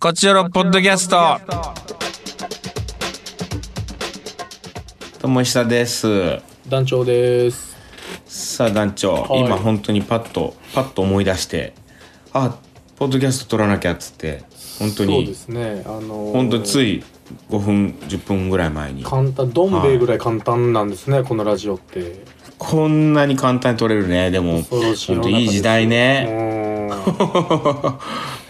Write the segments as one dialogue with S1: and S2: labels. S1: こちらのポッドキャスト。ともしたです。
S2: 団長です
S1: さあ団長、
S2: はい
S1: 今本当にパッとパッと思い出して、あ、ポッドキャスト撮らなきゃっつって、本当
S2: そうで
S1: に
S2: すねあのー
S1: 本当つい5分10分ぐらい前に、
S2: 簡単どん兵衛ぐらい簡単なんですね、このラジオって
S1: こんなに簡単に撮れるね。でも
S2: 恐ろしい世
S1: 本当
S2: の中
S1: いい時代
S2: う
S1: ね。
S2: ーん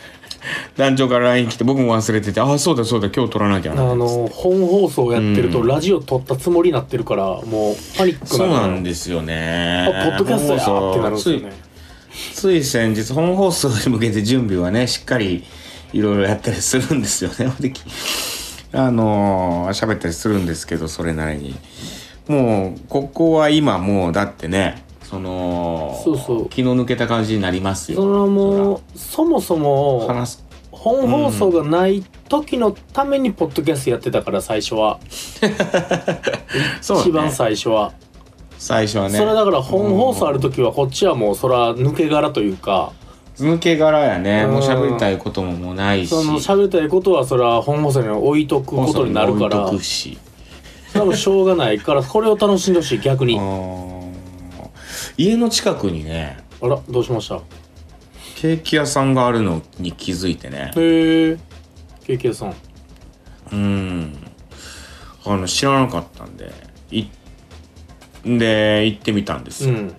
S1: 団長から LINE 来て僕も忘れてて、あ、そうだそうだ今日撮らなきゃ
S2: あ
S1: な。
S2: のー本放送やってると、
S1: うん
S2: ラジオ撮ったつもりになってるからもうパニック
S1: そうなん
S2: で
S1: ですよ
S2: ポ
S1: ね。
S2: ッドキャストやーってなるんですよ
S1: そう
S2: ね
S1: つい先日本放送に向けて準備はねしっかりいろいろやったりするんですよね できあのー喋ったりするんですけどそれなりにもうここは今もうだってねその
S2: そうそう
S1: 気の抜けた感じになります
S2: それ
S1: よ
S2: はもうそもそも
S1: 話す
S2: 本放送がない時のためにポッドキャストやってたから最初は、
S1: そう、ね、
S2: 一番最初は
S1: 最初はね
S2: それだから本放送ある時はこっちはもうそら抜け殻というか、
S1: 抜け殻やね
S2: うん
S1: もう喋りたいことももうないし
S2: その喋りたいことはそれは本放送には置いとくことになるか
S1: 放送に
S2: ら
S1: も置いとくし
S2: それはもうしょうがないからこれを楽しんでほしい逆に
S1: う
S2: あ
S1: ん家の近くにね
S2: らどうしました
S1: ケーキ屋さんがあるのに気づいてね
S2: へえケーキ屋さん
S1: うんあの知らなかったんでいで行ってみたんです
S2: う
S1: よ、
S2: ん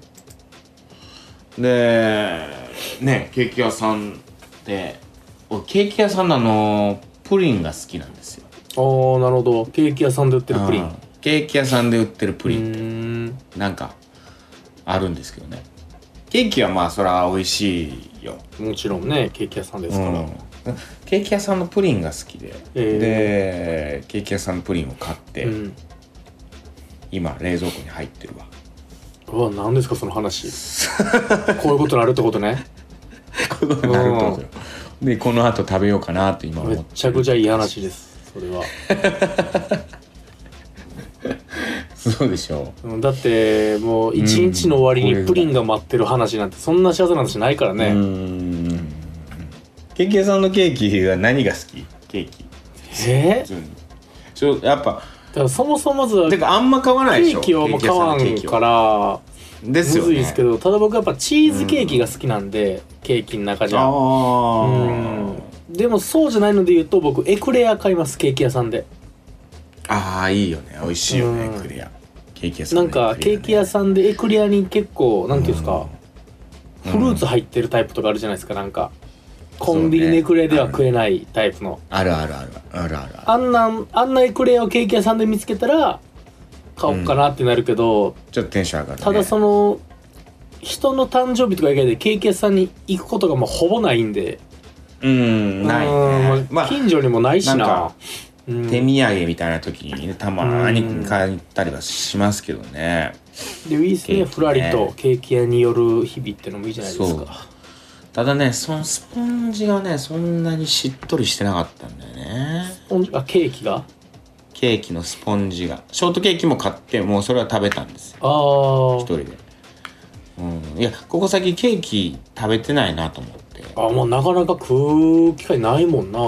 S1: でねケーキ屋さんで俺ケーキ屋さんのあのプリンが好きなんですよ
S2: ああなるほどケーキ屋さんで売ってるプリ
S1: う
S2: ン
S1: んケーキ屋さんで売ってるプ
S2: プ
S1: リン
S2: ン
S1: なんかあるんですけどねケーキはまあそりゃ美味しいよ
S2: もちろんねケーキ屋さんですから、
S1: うんケーキ屋さんのプリンが好きで、
S2: え
S1: でケーキ屋さんのプリンを買って、
S2: うん
S1: 今冷蔵庫に入ってるわ
S2: うわ何ですかその話こういうことになるってことね
S1: こういうことになると思うよでこの後食べようかなって今思
S2: め
S1: って
S2: っちゃくちゃいい話ですそれは
S1: そうでしょ
S2: うんだってもう一日の終わりにプリンが待ってる話なんてそんな幸せな話ないから
S1: ううー
S2: ね、
S1: んケーキ屋さんのケーキは何が好きケーキ
S2: え
S1: 普通にちょやっぱ
S2: だからそもそもまずは
S1: て
S2: ケ
S1: かあんま買わないでしょ
S2: ーキをもう
S1: ケーキ
S2: 買
S1: 屋さ
S2: わ
S1: のケー
S2: ん
S1: キを
S2: から
S1: で
S2: む
S1: す
S2: ず
S1: よね
S2: いですけどただ僕やっぱチーズケーキが好きなんで、ケーキの中じ
S1: あ
S2: ゃ
S1: ー
S2: うんでもそうじゃないので言うと僕エクレア買いますケーキ屋さんで
S1: あーいいよね美味しいよね
S2: うん
S1: クレアケーキ屋さん
S2: な
S1: の
S2: んかケーキ屋
S1: ん
S2: さんでエクレアに結構なんていうんですか、
S1: うん
S2: フルーツ入ってるタイプとかあるじゃないですかなんかコンビニでエクレアでは食えないタイプの、
S1: あるあるあるあるあるある
S2: あんなんあんなエクレアをケーキ屋さんで見つけたら買おうかなってなるけど、
S1: ちょっとテンション上がる、ね、
S2: ただその人の誕生日とか以外でケーキ屋さんに行くことがもうほぼないんで
S1: うんない、
S2: うん
S1: ね、
S2: まあ近所にもないしな
S1: なんか
S2: うん
S1: 手
S2: で
S1: 土産みたいな時にねたま
S2: う
S1: に
S2: ん
S1: 買いに行ったりはしますけどね
S2: ウィース
S1: ケーキね
S2: ねふらりとケーキ屋による日々ってのもいいじゃないで
S1: そ
S2: す
S1: う
S2: か
S1: ただねそのスポンジがねそんなにしっとりしてなかったんだよね
S2: ほんあケーキが
S1: ケーキのスポンジがショートケーキも買ってもうそれは食べたんですよ
S2: ああ
S1: 一人で、うん、いやここ先ケーキ食べてないなと思って
S2: あもうなかなか食う機会ないもんな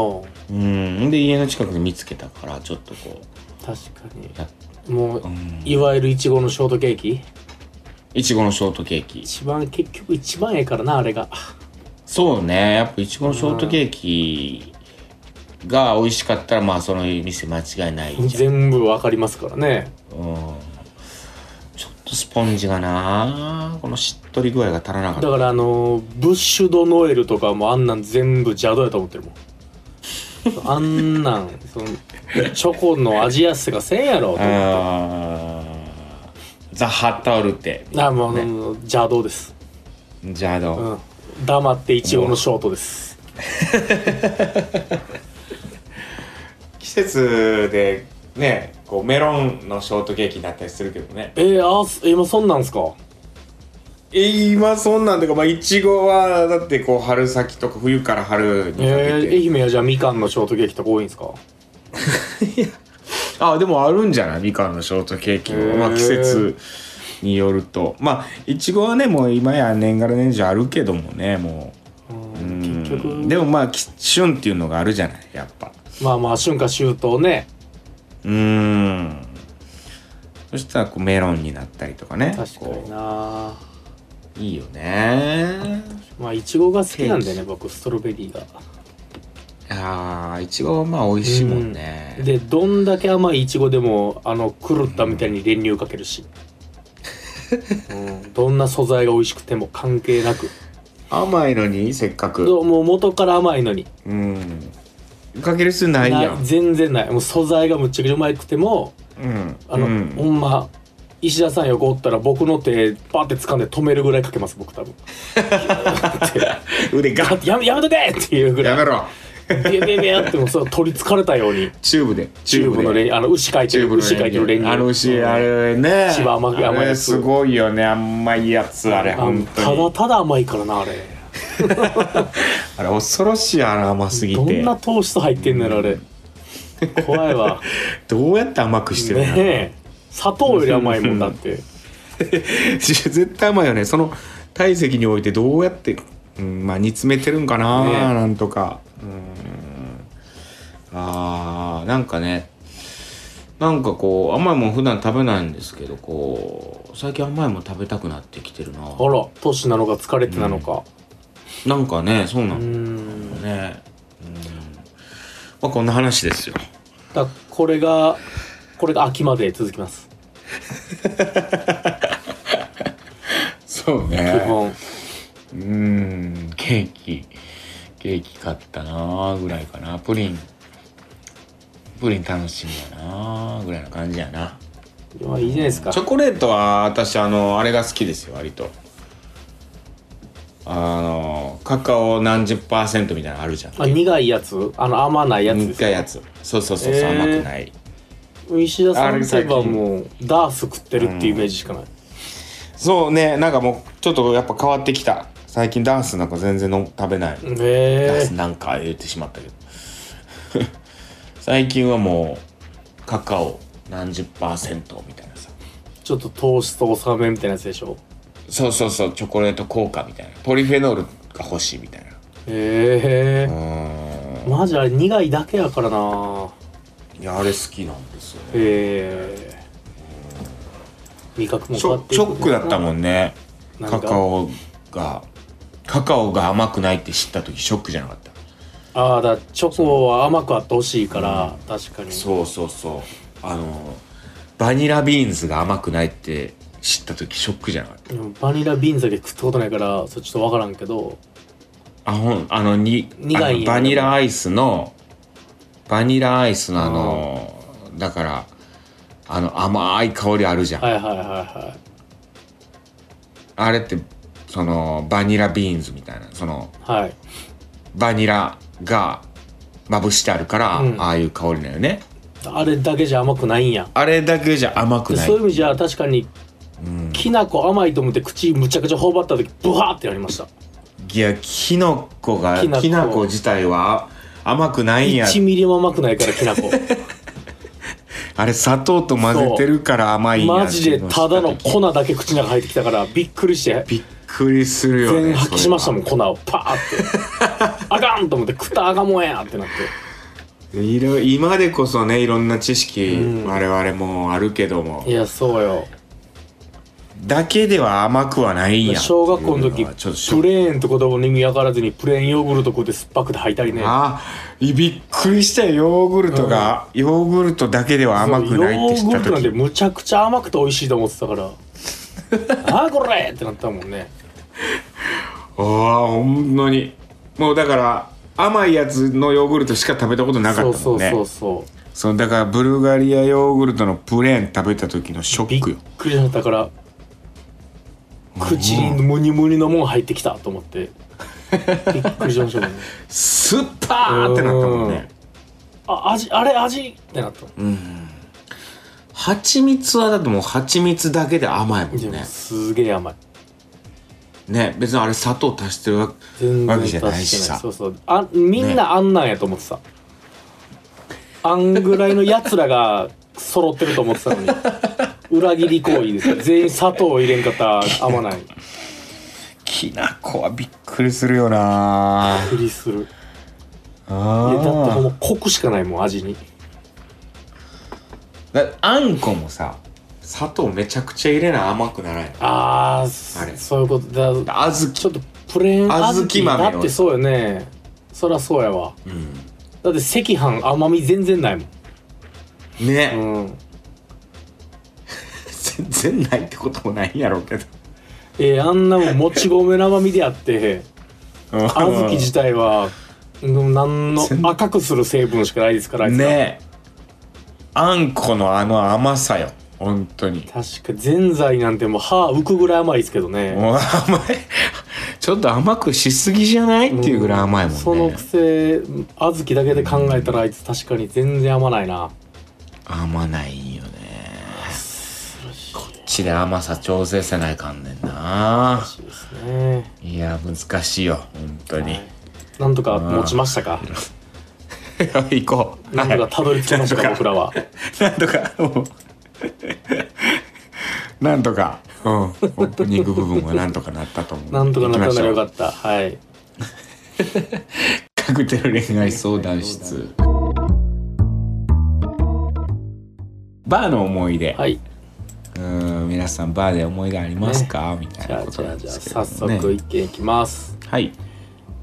S1: うんで家の近くで見つけたからちょっとこ
S2: 確か
S1: うや
S2: にもう
S1: うん
S2: いわゆるいちごのショートケーキ
S1: いちごのショートケーキ
S2: 一番結局一番ええからなあれが
S1: そうねやっぱいちごのショートケーキが美味しかったらまあその店間違いないじゃん、
S2: 全部わかりますからね
S1: うん、ちょっとスポンジがなこのしっとり具合が足らなかっ
S2: だ
S1: た
S2: からあのブッシュドノエルとかもあんなん全部邪道やと思ってるもん あんなんそのチョコの味やすさがせんやろと思っ
S1: あーザ・ハッタオルテ
S2: てあもう、邪道です、
S1: じゃあどう、
S2: うん、黙ってイチゴのショートです
S1: 季節でねこうメロンのショートケーキになったりするけどね
S2: えー、あーす今そんなんすか
S1: え今そんなんとかまあいちごはだってこう春先とか冬から春にかけ
S2: え
S1: て、
S2: ー、愛媛はじゃあみかんのショートケーキとか多いんすか
S1: あでもあるんじゃないみかんのショートケーキ
S2: へ
S1: も、
S2: ー
S1: まあ、季節によるとまあいちごはねもう今や年がら年中あるけどもねも
S2: うん
S1: うん
S2: 結結局
S1: でもまあき旬っていうのがあるじゃないやっぱ
S2: まあまあ春夏秋冬ね
S1: うーんそしたらこうメロンになったりとかね
S2: 確かに
S1: こ
S2: な
S1: ういいよね
S2: まあいちごが好きなんでね僕ストロベリーが
S1: あーいちごはまあ美味しいもんね、
S2: でどんだけ甘いいちごでもあの狂ったみたいに練乳かけるし、うん、どんな素材が美味しくても関係なく
S1: 甘いのにせっかく
S2: どうもう元から甘いのに
S1: うんかける必要ないや
S2: なん全然ないもう素材がむっちゃくちゃうまくても
S1: うん
S2: あの、
S1: うん
S2: ほんま石田さん横おったら僕の手パって掴んで止めるぐらいかけます僕多 分
S1: 腕ガッ
S2: やめやめとけっていうぐ
S1: やめ
S2: らい
S1: ろ
S2: ビャビャビャってもうそう取りつかれたように
S1: チューブで
S2: チューブの
S1: で
S2: 練乳あの牛書いて
S1: チュー
S2: る
S1: ブ
S2: 牛書いてる練乳
S1: あの牛あれね
S2: 一番甘い
S1: あ
S2: 甘い
S1: れ
S2: やつ
S1: すごいよね甘いやつあれ
S2: あの
S1: 本
S2: た
S1: 当
S2: だ
S1: に
S2: ただ甘いからなあれ
S1: あれ恐ろしいあれ甘すぎ
S2: どん
S1: て
S2: な糖質入ってんねんあれ怖いわ
S1: どうやって甘くしてるの
S2: ねえ砂糖より甘いもんだって
S1: 絶対甘いよね その体積においてどうやって、うん、まあ煮詰めてるんかな、
S2: ね
S1: なんとかうんあーなんかねなんかこう甘いもん普段食べないんですけどこう最近甘いもん食べたくなってきてるな
S2: あら年なのか疲れてなのか
S1: なんかねそうな
S2: うー
S1: のね
S2: ん
S1: うんまあこんな話ですよ
S2: だこれがこれが秋まで続きます
S1: そう
S2: 基
S1: ね
S2: 本
S1: うんケーキケーキ買ったなーぐらいかなプリンプリン楽しみやなーぐらいの感じやな
S2: まあいいじゃないですか
S1: チョコレートは私あのあれが好きですよ割とあのカカオ何十パーセントみたいなのあるじゃん
S2: あ苦いやつあの甘ないやつで
S1: 苦
S2: す
S1: いやつそうそうそうそう、
S2: えー
S1: 甘くない
S2: 石田さ
S1: あ
S2: んといえば
S1: れ最近
S2: もうダース食ってるっていうイメージしかない
S1: そうねなんかもうちょっとやっぱ変わってきた最近ダンスなんか全然の食べない、
S2: ね
S1: ダン
S2: え
S1: スなんか言ってしまったけど 最近はもうカカオ何十パーセントみたいなさ
S2: ちょっと糖質納めみたいなやつでしょ
S1: そうそうそうチョコレート効果みたいなポリフェノールが欲しいみたいなう
S2: へえ
S1: ーん
S2: マジあれ苦いだけやからない
S1: やあれ好きなんですよね
S2: ええ味覚も
S1: ショショックだったもんね
S2: なん
S1: カ
S2: か
S1: カオがカカオが甘くないって知った時ショックじゃなかった
S2: ああだからチョコは甘くあってほしいから、確かに
S1: そうそうそうあのバニラビーンズが甘くないって知った時ショックじゃなかった
S2: でもバニラビーンズだけ食ったことないからそれちょっとわからんけど
S1: あほんあのに
S2: 苦い
S1: あのバニラアイスのバニラアイスのあのだからあの甘い香りあるじゃん、
S2: はいはいはいはい
S1: あれってそのバニラビーンズみたいなその
S2: はい
S1: バニラがまぶしてあるから、
S2: うん
S1: ああいう香りだよね
S2: あれだけじゃ甘くないんや
S1: あれだけじゃ甘く
S2: で
S1: ない
S2: そういう意味じゃ確かに、きな粉甘いと思って口むちゃくちゃ頬張った時ブワーってなりました
S1: いやきのこが
S2: きなこ
S1: きなこ自体は甘くないんや
S2: 1ミリも甘くないからきな粉
S1: あれ砂糖と混ぜてるから甘いんや
S2: マ
S1: って
S2: ジ
S1: いう
S2: で
S1: のを知
S2: ただの
S1: 時
S2: 粉だけ口の中入ってきたからびっくりして
S1: びっくりするよね
S2: 全発揮しましたもん
S1: そ
S2: 粉をパー ってあかんと思って食ったらあかんもんやってなって
S1: れはいろ今でこそねいろんな知識、
S2: うん
S1: 我々もあるけども
S2: いやそうよ
S1: だけでは甘くはないんや
S2: 小学校の時
S1: っていうはちょっとショッ
S2: プ
S1: ク
S2: レーンと子供の意味わからずにプレーンヨーグルト食って酸っぱくて吐いたりね
S1: あいびっくりしたよヨーグルトが、ヨーグルトだけでは甘くないって知っ
S2: ヨーグ
S1: た
S2: ルトなん
S1: 時
S2: てむちゃくちゃ甘くて美味しいと思ってたからああこれってなったもんね
S1: ああほんのにもうだから甘いやつのヨーグルトしか食べたことなか
S2: そう
S1: った
S2: そ
S1: もん
S2: う
S1: ね
S2: そうそ
S1: そうだからブルガリアヨーグルトのプレーン食べた時のショ
S2: うびっ
S1: ックよ
S2: くりしちゃったから口にムニムニのもん入ってきたと思ってびっくりしましたも んね
S1: スッパーってなったもんね
S2: あ味あれ味ってなったもん
S1: 蜂蜜はだってもう蜂蜜だけで甘いもん
S2: でも
S1: ね
S2: すげえ甘い
S1: ね別にあれ砂糖足してるわ
S2: 全
S1: わ
S2: 然
S1: けじゃないし
S2: 確かに
S1: さ
S2: そうそうあみんなあんなんやと思ってた、あんぐらいのやつらが揃ってると思ってたのに裏切り行為ですよ全員砂糖を入れんかったら合わない
S1: 昨きな子はびっくりするよな
S2: ふりするい
S1: あ
S2: やだってほん
S1: ー
S2: まコクしかないもん味に
S1: だあんこもさ砂糖めちゃくちゃ入れな甘くならんよ
S2: ああ
S1: あれ
S2: そういうことだ
S1: 小
S2: ちょっとプレーン
S1: 小
S2: 小
S1: 豆
S2: 豆
S1: 豆を
S2: だってそうよねそらそうやわ
S1: 豆う
S2: だって赤飯甘み全然ないも
S1: んね、
S2: ん、うん、
S1: 全然ないってこともないんやろうけど
S2: えーあんなもんもち米の甘みであって小
S1: 小
S2: 豆自体はうん何の
S1: 全
S2: 赤くする成分しかないですからあいつら
S1: ねあんこのあの甘さよ本当に
S2: 確かぜんざいなんてもう歯浮くぐらい甘いですけどね
S1: もう甘いちょっと甘くしすぎじゃないっていうぐらい甘いもんね
S2: そのくせ小豆だけで考えたらあいつ確かに全然甘ないな
S1: 甘ないよねこっちで甘さ調整せないかんねんな
S2: そうですね
S1: いや難しいよ本当 に、
S2: なんとか持ちましたか
S1: 行こう
S2: なんとかたどり着きましたか
S1: なんと
S2: 僕らは
S1: なんとか、もうなんとか、うん、オープニング部分はなんとかなったと思う。
S2: なんとかなったならよか
S1: っ
S2: ったはい
S1: た。カクテル恋愛相談室。バーの思い出、
S2: はい
S1: うん皆さんバーで思い出ありますか、みたい
S2: じゃ
S1: な
S2: あ
S1: こと
S2: じゃ
S1: な
S2: あ
S1: んで
S2: じゃあ
S1: すけど、
S2: 早
S1: ね、
S2: 速一件いきます
S1: はい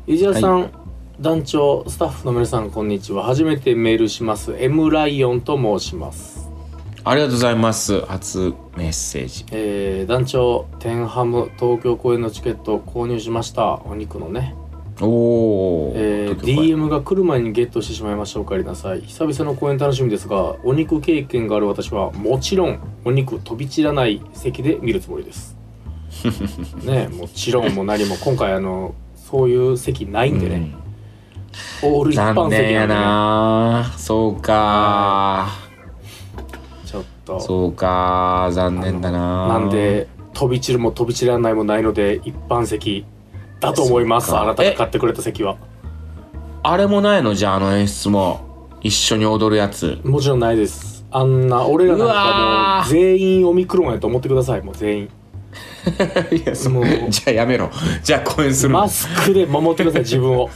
S2: 伊沢さん、団長スタッフの皆さんこんにちは初めてメールします M ライオンと申します
S1: ありがとうございます初メッセージ
S2: えー団長天ハム東京公演のチケットを購入しましたお肉のね、
S1: おお
S2: えー DM が来る前にゲットしてしまいましたお帰りなさい久々の公演楽しみですがお肉経験がある私はもちろんお肉飛び散らない席で見るつもりですねえもちろんも何も今回あのそういう席ないんでね、オール一般
S1: 残
S2: 席
S1: 念や
S2: なん
S1: なそうか
S2: で、ね、ちょっと
S1: そうか残念だな
S2: なんで飛び散るも飛び散らないもないので一般席だと思います
S1: そうか
S2: あなたが買ってくれた席は
S1: あれもないのじゃああの演出も一緒に踊るやつ
S2: もちろんないですあんな俺らなん
S1: うわ
S2: か
S1: ー
S2: もう全員オミクロンやと思ってくださいもう全員
S1: いやそ
S2: もう
S1: じゃあやめろじゃあ公演する
S2: マスクで 守ってください自分を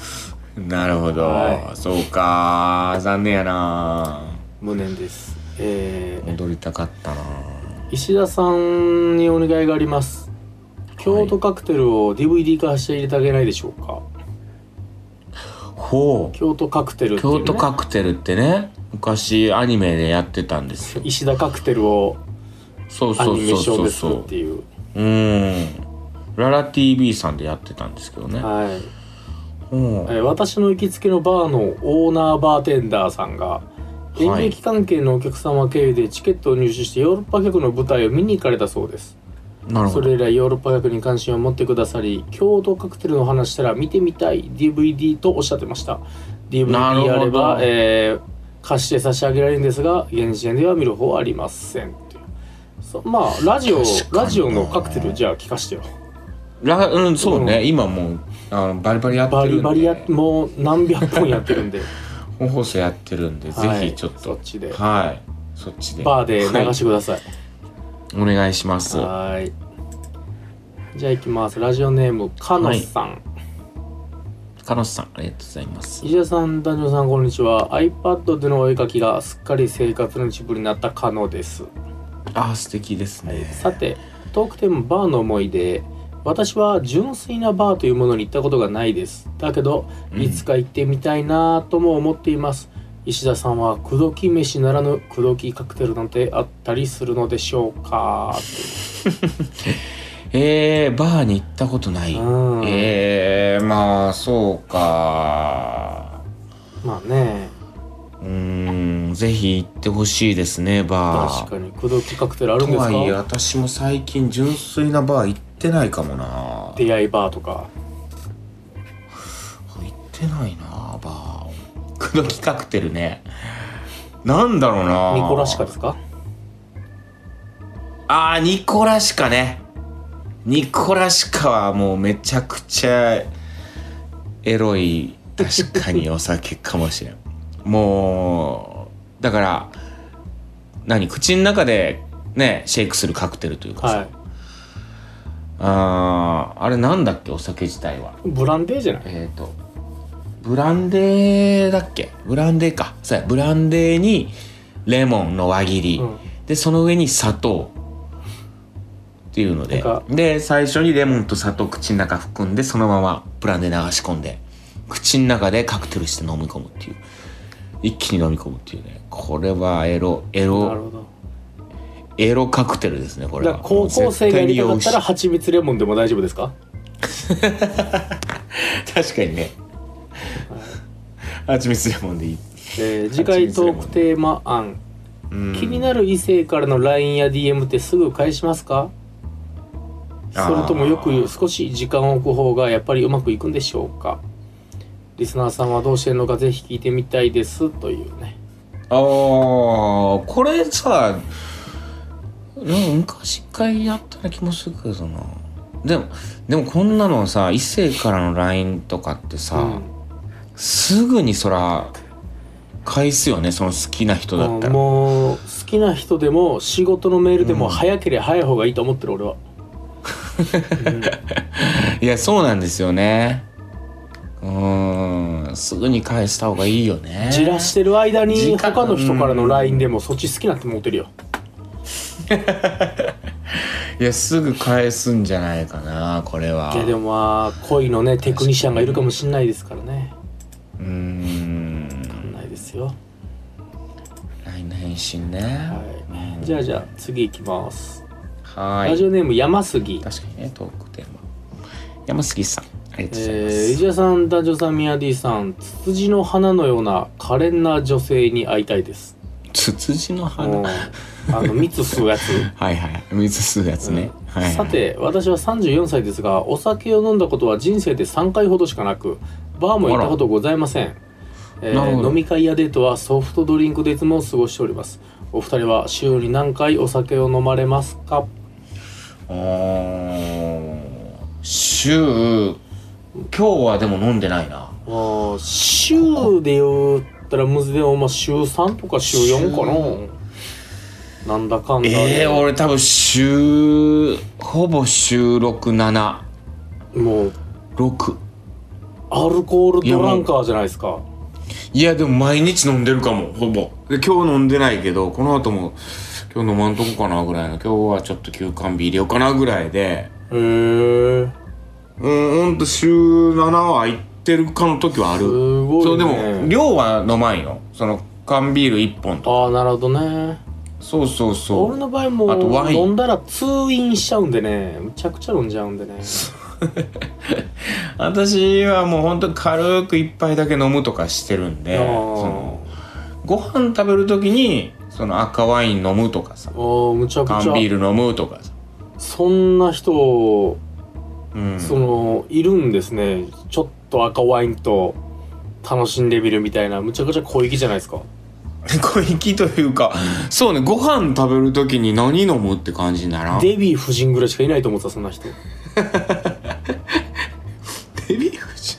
S1: なるほど、
S2: は
S1: そうか残念やな
S2: 無念ですえー
S1: 踊りたかったな
S2: 石田さんにお願いがあります京都カクテルを DVD 化して入れてあげないでしょうか
S1: ほう
S2: 京都カクテルっていう、ね、
S1: 京都カクテルってね昔アニメでやってたんですよ
S2: 石田カクテルを
S1: そうそ
S2: アニメ
S1: うそ
S2: ー
S1: う
S2: ション
S1: そう
S2: で作る
S1: そ
S2: っていう
S1: ううんララ TV さんでやってたんですけどね、
S2: はい
S1: うん
S2: えー私の行きつけのバーのオーナーバーテンダーさんが
S1: い
S2: 演劇関係のお客様経由でチケットを入手してヨーロッパ客の舞台を見に行かれたそうです
S1: なる
S2: そ
S1: ほ
S2: れ
S1: ど
S2: 以来ヨーロッパ客に関心を持ってくださり共同カクテルの話したら見てみたい DVD とおっしゃってまし
S1: な
S2: た
S1: るほ
S2: DVD
S1: ど
S2: あれば、えー貸して差し上げられるんですが現時点では見る方はありませんというそまあラジオ
S1: 確かにな
S2: ラジオのカクテルじゃあ聞かしてよ
S1: ラうんそうね、
S2: う
S1: 今もうあのバリバリやってる
S2: バ
S1: んで
S2: リバリやもう何百本やってる んで
S1: 本放送やってるんで、
S2: はい
S1: ぜひちょっ
S2: そっ
S1: と
S2: ちで
S1: はいそっちで
S2: バーで流してください。
S1: お願いしますあ
S2: はーい。じゃあ行きます。ラジオネーム、かのさん。
S1: かのさんありがとうございます
S2: 石田さん、男女さん、こんにちは。iPad でのお絵描きがすっかり生活の一部になったかのです。
S1: あー素敵ですね、
S2: さて、トークテーマ、バーの思い出。私は純粋なバーというものに行ったことがないです。だけど、
S1: うん
S2: いつか行ってみたいなぁとも思っています。石田さんは、口説き飯ならぬ口説きカクテルなんてあったりするのでしょうか
S1: えー、バーに行ったことない
S2: うん
S1: えー、まあそうか
S2: まあね。
S1: うーんぜひ行ってほしいですねバー
S2: 確かに口説きカクテルあるんで
S1: と
S2: すか
S1: はいえ私も最近純粋なバー行ってないかもな
S2: 出会いバーとか
S1: 行ってないなバー口説きカクテルねなんだろうな
S2: ニコラシカですか
S1: あーニコラシカねニコラシカはもうめちゃくちゃエロい確かにお酒かもしれんもうだから何口の中でねシェイクするカクテルというかさ、
S2: はい
S1: あーあれなんだっけお酒自体は
S2: ブランデーじゃない
S1: えっ、とブランデーだっけブランデーかそうやブランデーにレモンの輪切り、
S2: うん
S1: でその上に砂糖っていうので
S2: なんか
S1: で最初にレモンと砂糖口の中含んでそのままブランデー流し込んで口の中でカクテルして飲み込むっていう一気に飲み込むっていうねこれはエロエ
S2: なる
S1: ロ
S2: ほど
S1: エロカクテルですねこれ
S2: だ
S1: は
S2: から高校生がやりたかったら
S1: もう
S2: 蜂蜜レモンでも大丈夫ですか
S1: 絶対に美味しい確かにね 蜂蜜レモンでいい
S2: えー次回トークテーマ案、気になる異性からの LINE や DM ってすぐ返しますか
S1: あー
S2: それともよく言う少し時間を置く方がやっぱりうまくいくんでしょうかリスナーさんはどうしてるのかぜひ聞いてみたいですというね
S1: あーこれさなんか昔一回やったような気もするけどなでもでもこんなのさ異性からの LINE とかってさ、
S2: うん
S1: すぐにそら返すよねその好きな人だったら
S2: もう好きな人でも仕事のメールで
S1: う
S2: も
S1: ん
S2: 早ければ早い方がいいと思ってる俺は、うん
S1: いやそうなんですよねうーんすぐに返した方がいいよね
S2: じらしてる間に
S1: 時間
S2: 他の人から
S1: う
S2: の
S1: ん
S2: LINE でもそっち好きなって思ってるよ
S1: いやすぐ返すんじゃないかなこれはい
S2: やでもまあ恋のねテクニシャンがいるかもしれないですからね
S1: うーん
S2: わかんないですよ
S1: LINE の返信ね、
S2: はいじゃあじゃあ次いきます、
S1: はーい
S2: ラジオネーム山杉
S1: 確かにねトークテーマ山杉さんありがとうございま
S2: えー、
S1: す、
S2: 石田さん、男女さん、ミヤディさん、ツツジの花のような可憐な女性に会いたいです。
S1: ツツジの花
S2: もう
S1: はい
S2: あの、蜜吸 うやつ。
S1: はい水吸うやつね、はいはい
S2: さて私は34歳ですがお酒を飲んだことは人生で3回ほどしかなくバーも行ったことございません、えー
S1: なるほど
S2: 飲み会やデートはソフトドリンクでいつも過ごしておりますお二人は週に何回お酒を飲まれますか
S1: おー週今日はでも飲んでないな
S2: あー週で言ったらむずでもまあ週3とか週4かななんだかんだで
S1: えー、俺多分週ほぼ週676
S2: もうアルコールドランカーじゃないですか
S1: いやでも毎日飲んでるかもほぼで今日飲んでないけどこの後も今日飲まんとこかなぐらいの今日はちょっと休館日入れようかなぐらいで
S2: へえ
S1: うん、ほんと週7は行ってるかの時はある。
S2: すごいね
S1: そう、でも、量は飲まんよ。その、缶ビール1本と。
S2: ああなるほどね
S1: そうそうそ
S2: 俺
S1: う。
S2: の場合も
S1: あとワイン
S2: 飲んだら通院しちゃうんでねむちゃくちゃ飲んじゃうんでね
S1: 私はもうほんと軽く一杯だけ飲むとかしてるんで、
S2: あ
S1: そ
S2: ー
S1: の、ご飯食べる時に、その赤ワイン飲むとかさ
S2: あ、ーむちゃく
S1: 缶ビ
S2: ちゃ
S1: ール飲むとかさ。
S2: そんな人
S1: うん。
S2: そのいるんですねちょっと赤ワインと楽しんでみるみたいなむちゃくちゃ小粋じゃないですか
S1: 小粋というか、そうね、ご飯食べる時に何飲むって感じにならん。
S2: デヴィ夫人ぐらいしかいないと思ってたそんな人
S1: デビューし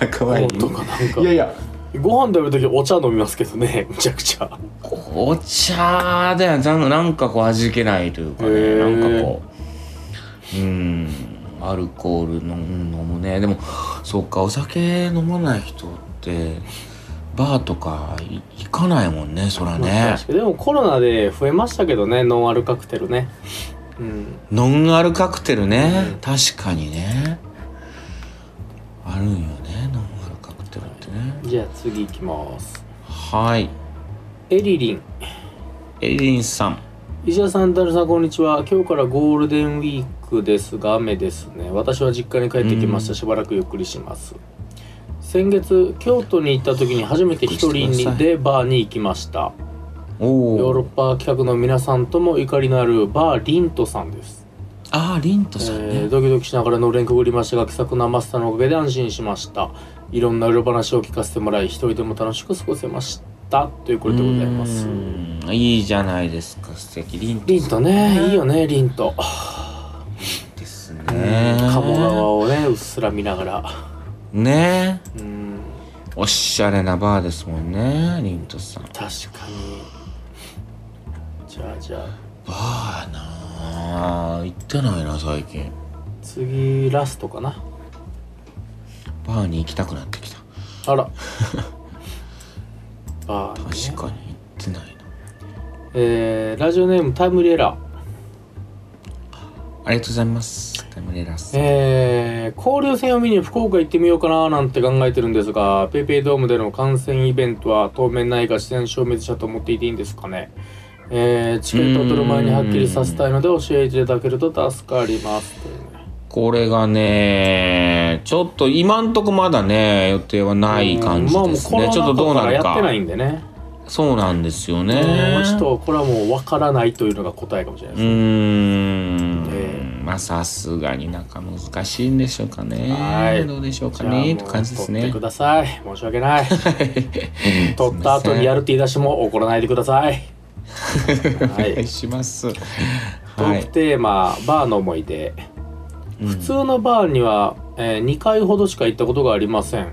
S1: 赤ワイ
S2: 本
S1: ン。
S2: 当かなんか
S1: いやいや、
S2: ご飯食べる時お茶飲みますけどねむちゃくちゃ
S1: お茶ではなんなんかこう味気ないというか
S2: へ
S1: ね
S2: ー
S1: なんかこううんアルコールのうん飲むねでもそうかお酒飲まない人ってバーとかい行かないもんねそらね
S2: 確かにでもコロナで増えましたけどねノンアルカクテルねうん
S1: ノンアルカクテルね、
S2: うん
S1: 確かにねあるんよねノンアルカクテルってね
S2: じゃあ次行きます
S1: はい
S2: エリリン
S1: エリリンさん
S2: 石田さん、ダルさん、こんにちは。今日からゴールデンウィークですが、雨ですね。私は実家に帰ってきました。しばらくゆっくりします。先月、京都に行った時に初めて一
S1: ゆっくりしてくだ
S2: 人
S1: さ
S2: でバーに行きました。
S1: お
S2: ヨーロッ
S1: お
S2: パ企画の皆さんともゆかりのあるバーリントさんです。
S1: ああリントさんね、
S2: えードキドキしながらのれんくぐりましたが気さくなマスターのおかげで安心しましたいろんな裏話を聞かせてもらい一人でも楽しく過ごせましたということでございます
S1: うんいいじゃないですか素敵リン
S2: リントねいいよねリント
S1: ですね
S2: 鴨川をねうっすら見ながら
S1: ねえ
S2: うん
S1: おしゃれなバーですもんねリントさん
S2: 確かにじゃあじゃあ
S1: バーなあ行ってないな最近
S2: 次ラストかな
S1: バーに行きたくなってきた
S2: あ らバーね
S1: 確かに行ってないな
S2: えーラジオネームタイムリエラー
S1: ありがとうございますタイムレラス
S2: えー、交流戦を見に福岡行ってみようかななんて考えてるんですが、ペイペイドームでの観戦イベントは当面ないが自然消滅したと思っていていいんですかね。えー、チケットを取る前にはっきりさせたいので教えていただけると助かります。というね
S1: これがねちょっと今んとこまだね予定はない感じです
S2: うんまあも
S1: ね
S2: う
S1: ちょっとどうなる
S2: コロナ禍からやっ
S1: か
S2: てないんでね。
S1: そうなんですよね
S2: うんちょっとこれはもうわからないというのが答えかもしれないうですね。
S1: ーん、
S2: え
S1: まあさすがになんか難しいんでしょうかね
S2: はい
S1: どうでしょうか
S2: じゃあも
S1: ね
S2: う
S1: って感じです
S2: 取
S1: ね
S2: ってください。申し 訳ない。取った後にやるって言い出しも怒らないでください。
S1: お
S2: はい
S1: 願いします
S2: ト
S1: は
S2: ーク
S1: い、
S2: テーマ、バーの思い出。
S1: うん
S2: 普通のバーには、え2回ほどしか行ったことがありません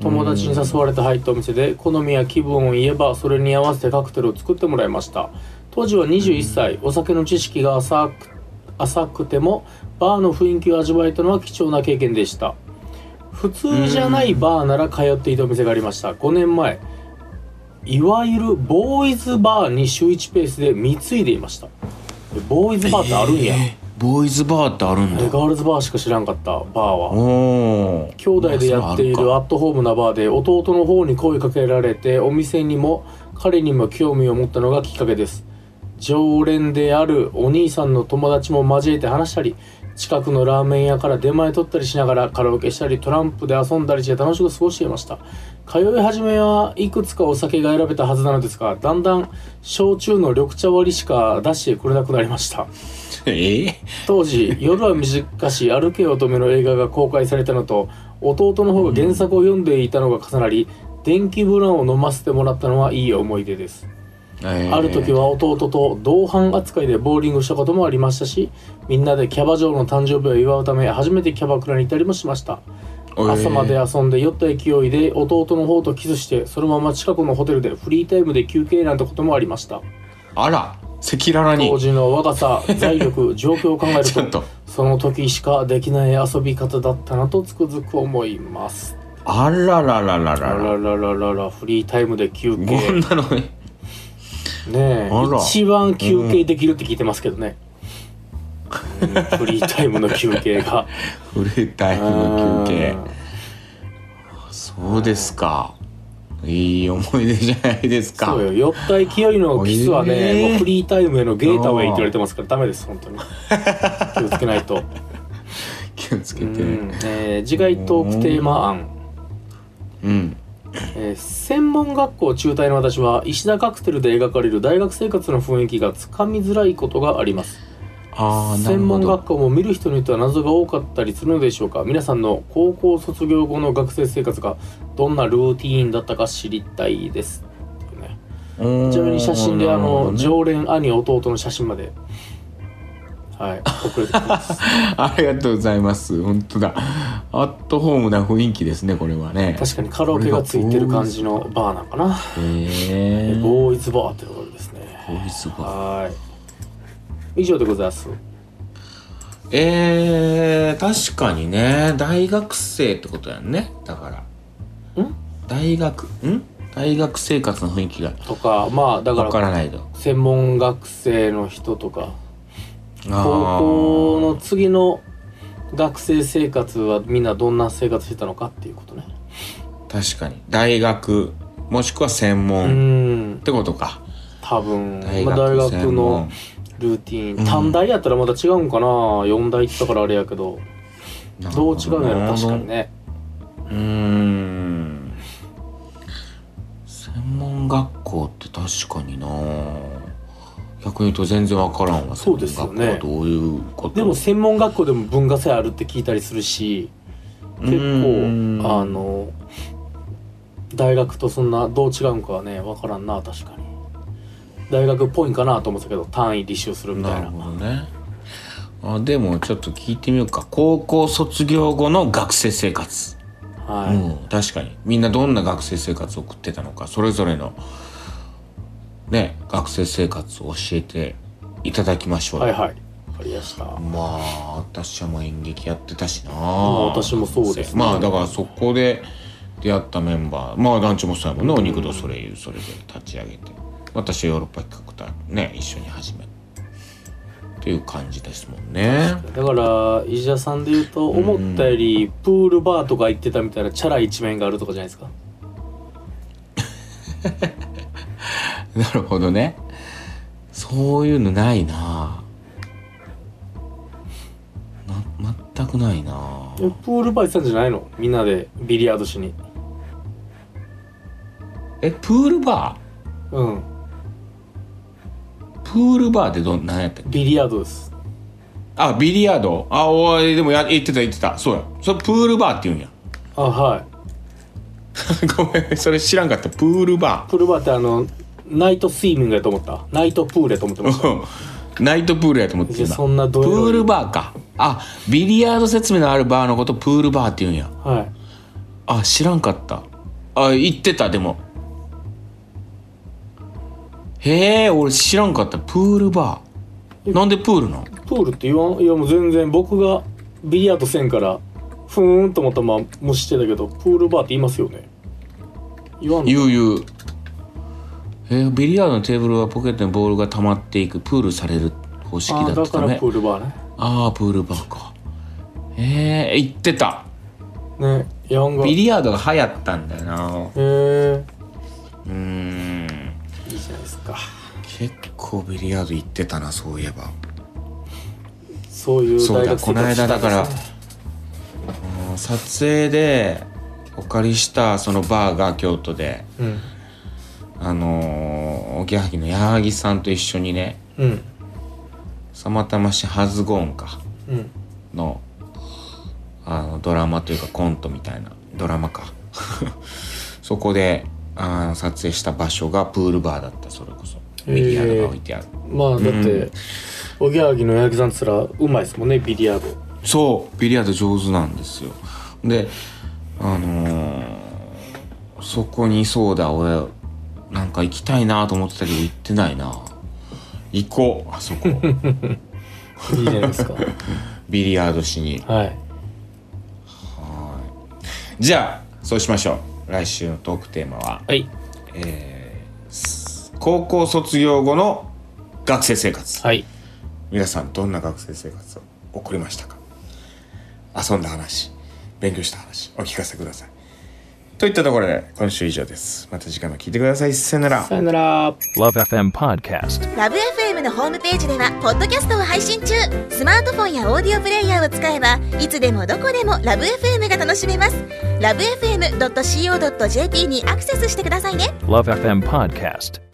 S2: 友達に誘われて入ったお店で好みや気分を言えばそれに合わせてカクテルを作ってもらいました当時は21歳お酒の知識が浅く浅くてもバーの雰囲気を味わえたのは貴重な経験でした普通じゃないバーなら通っていたお店がありました5年前いわゆるボーイズバーに週1ペースで貢いでいましたでボーイズバーってあるんや、
S1: えーボーイズバーってあるんだ
S2: えガールズバーしか知らんかったバーは
S1: おお
S2: 兄弟でやっているアットホームなバーで弟の方に声かけられてお店にも彼にも興味を持ったのがきっかけです常連であるお兄さんの友達も交えて話したり近くのラーメン屋から出前取ったりしながらカラオケしたりトランプで遊んだりして楽しく過ごしていました通い始めはいくつかお酒が選べたはずなのですがだんだん焼酎の緑茶割りしか出してくれなくなりました
S1: えー
S2: 当時「夜は短し歩け乙女」の映画が公開されたのと弟の方が原作を読んでいたのが重なり電気ブランを飲ませてもらったのはいい思い出です
S1: えー
S2: ある時は弟と同伴扱いでボーリングしたこともありましたしみんなでキャバ嬢の誕生日を祝うため初めてキャバクラに行ったりもしました朝まで遊んで酔った勢いで弟の方とキスしてそのまま近くのホテルでフリータイムで休憩なんてこともありました
S1: あら赤裸々
S2: 当
S1: に
S2: 時の若さ財力状況を考え る
S1: ちょ
S2: と
S1: っと
S2: その時しかできない遊び方だったなとつくづく思います
S1: あららららら
S2: あら
S1: ら
S2: ららららフリータイムで休憩
S1: こん
S2: ね
S1: なのね
S2: え
S1: あら
S2: 一番休憩できるって聞いてますけどね、うんフリータイムの休憩が
S1: フレタイムの休憩
S2: うん
S1: そうですかいい思い出じゃないですか
S2: そうよ酔った勢いのキスはね、
S1: えー
S2: もうフリータイムへのゲータウェイって言われてますからダメです本当に気をつけない と、
S1: 気をつけ
S2: う
S1: て
S2: んえー次回トークテーマ案
S1: うん
S2: えー専門学校中退の私は石田カクテルで描かれる大学生活の雰囲気がつかみづらいことがあります
S1: ああなる
S2: 専
S1: ほ
S2: 門
S1: ど
S2: 学校も見る人によっては謎が多かったりするのでしょうか皆さんの高校卒業後の学生生活がどんなルーティーンだったか知りたいですねちなみに写真であの、
S1: 上
S2: 常連兄弟の写真まではい送れてき ます
S1: ありがとうございます本当だアットホームな雰囲気ですねこれはね
S2: 確かにカラオケがついてる感じのバーなんかな
S1: へえボ
S2: ボーイズバーってところですね
S1: ーイズバー
S2: はい以上でございます
S1: えー、確かにね大学生ってことやんねだから
S2: ん
S1: 大学ん大学生活の雰囲気が
S2: とかまあだか
S1: わかららないと
S2: 専門学生の人とか高校
S1: 高
S2: の次の学生生活はみんなどんな生活してたのかっていうことね
S1: 確かに大学もしくは専
S2: う
S1: 門っ
S2: ん
S1: てことか
S2: 多分
S1: 大
S2: まあ
S1: 学
S2: 大学
S1: 専
S2: の
S1: 門
S2: ルーティ
S1: う
S2: ン
S1: ん
S2: 短大やったらまた違うんかな4大行ったからあれやけどどう違うんやろ確かにね
S1: うーん専門学校って確かにな逆に言うと全然わからんわ
S2: そうですよ
S1: 専門
S2: ね
S1: 学校はどういうこと
S2: でも専門学校でも文化祭あるって聞いたりするし結
S1: うん
S2: 構あの大学とそんなどう違うんかはね分からんな確かに大学っぽいんかなと思ってたけど単位履修するみた
S1: ないる
S2: な
S1: ほどねあでもちょっと聞いてみようか高校卒業後の学生生活、
S2: はい、
S1: うん、確かにみんなどんな学生生活を送ってたのかそれぞれのね学生生活を教えていただきましょうよ
S2: はいはいかりやしたま
S1: まあ私はもう演劇やってたしな
S2: あ私もそうですね
S1: まあだからそこで出会ったメンバーまあ団長もそうやもんね、お肉とそれいうそれで立ち上げて私はヨーロッパ企画だね一緒に始めっていう感じですもんね
S2: だから石田さんで言うと思ったよりプールバーとか行ってたみたいなチャラい一面があるとかじゃないですか
S1: なるほどねそういうのないなな全くないな
S2: えプールバー行ってたんじゃないのみんなでビリヤードしに
S1: えプールバ
S2: うん
S1: ープールバーってどんなんやったっけ
S2: ビリヤードです
S1: あビリヤードあおいでもや言ってた言ってたそうやそれプールバーって言うんや
S2: あはい
S1: ごめんそれ知らんかったプールバ
S2: プールバーってあのナイトスイミングやと思ったナイトプールやと思ってました
S1: ー ナイトプールやと思って
S2: いや
S1: た
S2: そんなど
S1: プ
S2: う
S1: ールバーかあビリヤード説明のあるバーのことプールバーって言うんや
S2: はい
S1: あ知らんかったあ言ってたでもへえ俺知らんかったプールバーなんでプールなん
S2: プールって言わんいやもう全然僕がビリヤードせんからふーんと思ったまま無視してたけどプールバーって言いますよね言わんの
S1: 言う言うえービリヤードのテーブルはポケットにボールが溜まっていくプールされる方式
S2: あ
S1: だ
S2: ー
S1: った
S2: だか
S1: た
S2: ら
S1: め
S2: プールバーね
S1: ああプールバーかええ言ってた
S2: ねヤンが
S1: ビ
S2: へ
S1: リヤードが流行ったんだよな
S2: え
S1: うーん
S2: いいじゃないですか
S1: 結構ビリヤード行ってたなそういえば
S2: そういう
S1: そう
S2: 大
S1: だ
S2: 学
S1: こ
S2: 生
S1: の
S2: 活して
S1: 間
S2: た
S1: だ
S2: ん
S1: か
S2: で
S1: ら
S2: すね
S1: あの撮影でお借りしたそのバーが京都で
S2: うん
S1: あのーおぎやはぎの矢作さんと一緒にね
S2: うん
S1: 「さまたましハズゴーンか」
S2: うん
S1: のあのドラマというかコントみたいなドラマか そこであの撮影した場所がプールバーだったそれこそ
S2: へー
S1: ビリヤードが置いてある、
S2: まあだっておぎやはぎの矢作さんっつったらうまいですもんねビリヤード
S1: そうビリヤード上手なんですよであのーそこにそうだ俺なんか行きたいなと思ってたけど行ってないな行こうあそこ
S2: いいじゃないで すか
S1: ビリヤードしに
S2: はい
S1: じゃあそうしましょう来週のトークテーマは
S2: はい
S1: えーす高校卒業後の学生生活、
S2: はい
S1: 皆さんどんな学生生活を送りましたか遊んだ話勉強した話お聞かせくださいといったところで今週以上ですまた次回も聞いてくださいさよなら
S2: さよなら
S3: Love FM Podcast.
S4: ラブ f m のホームページではポッドキャストを配信中スマートフォンやオーディオプレイヤーを使えばいつでもどこでもラブ f m が楽しめますラブ FM.co.jp にアクセスしてくださいね
S3: Love FM Podcast.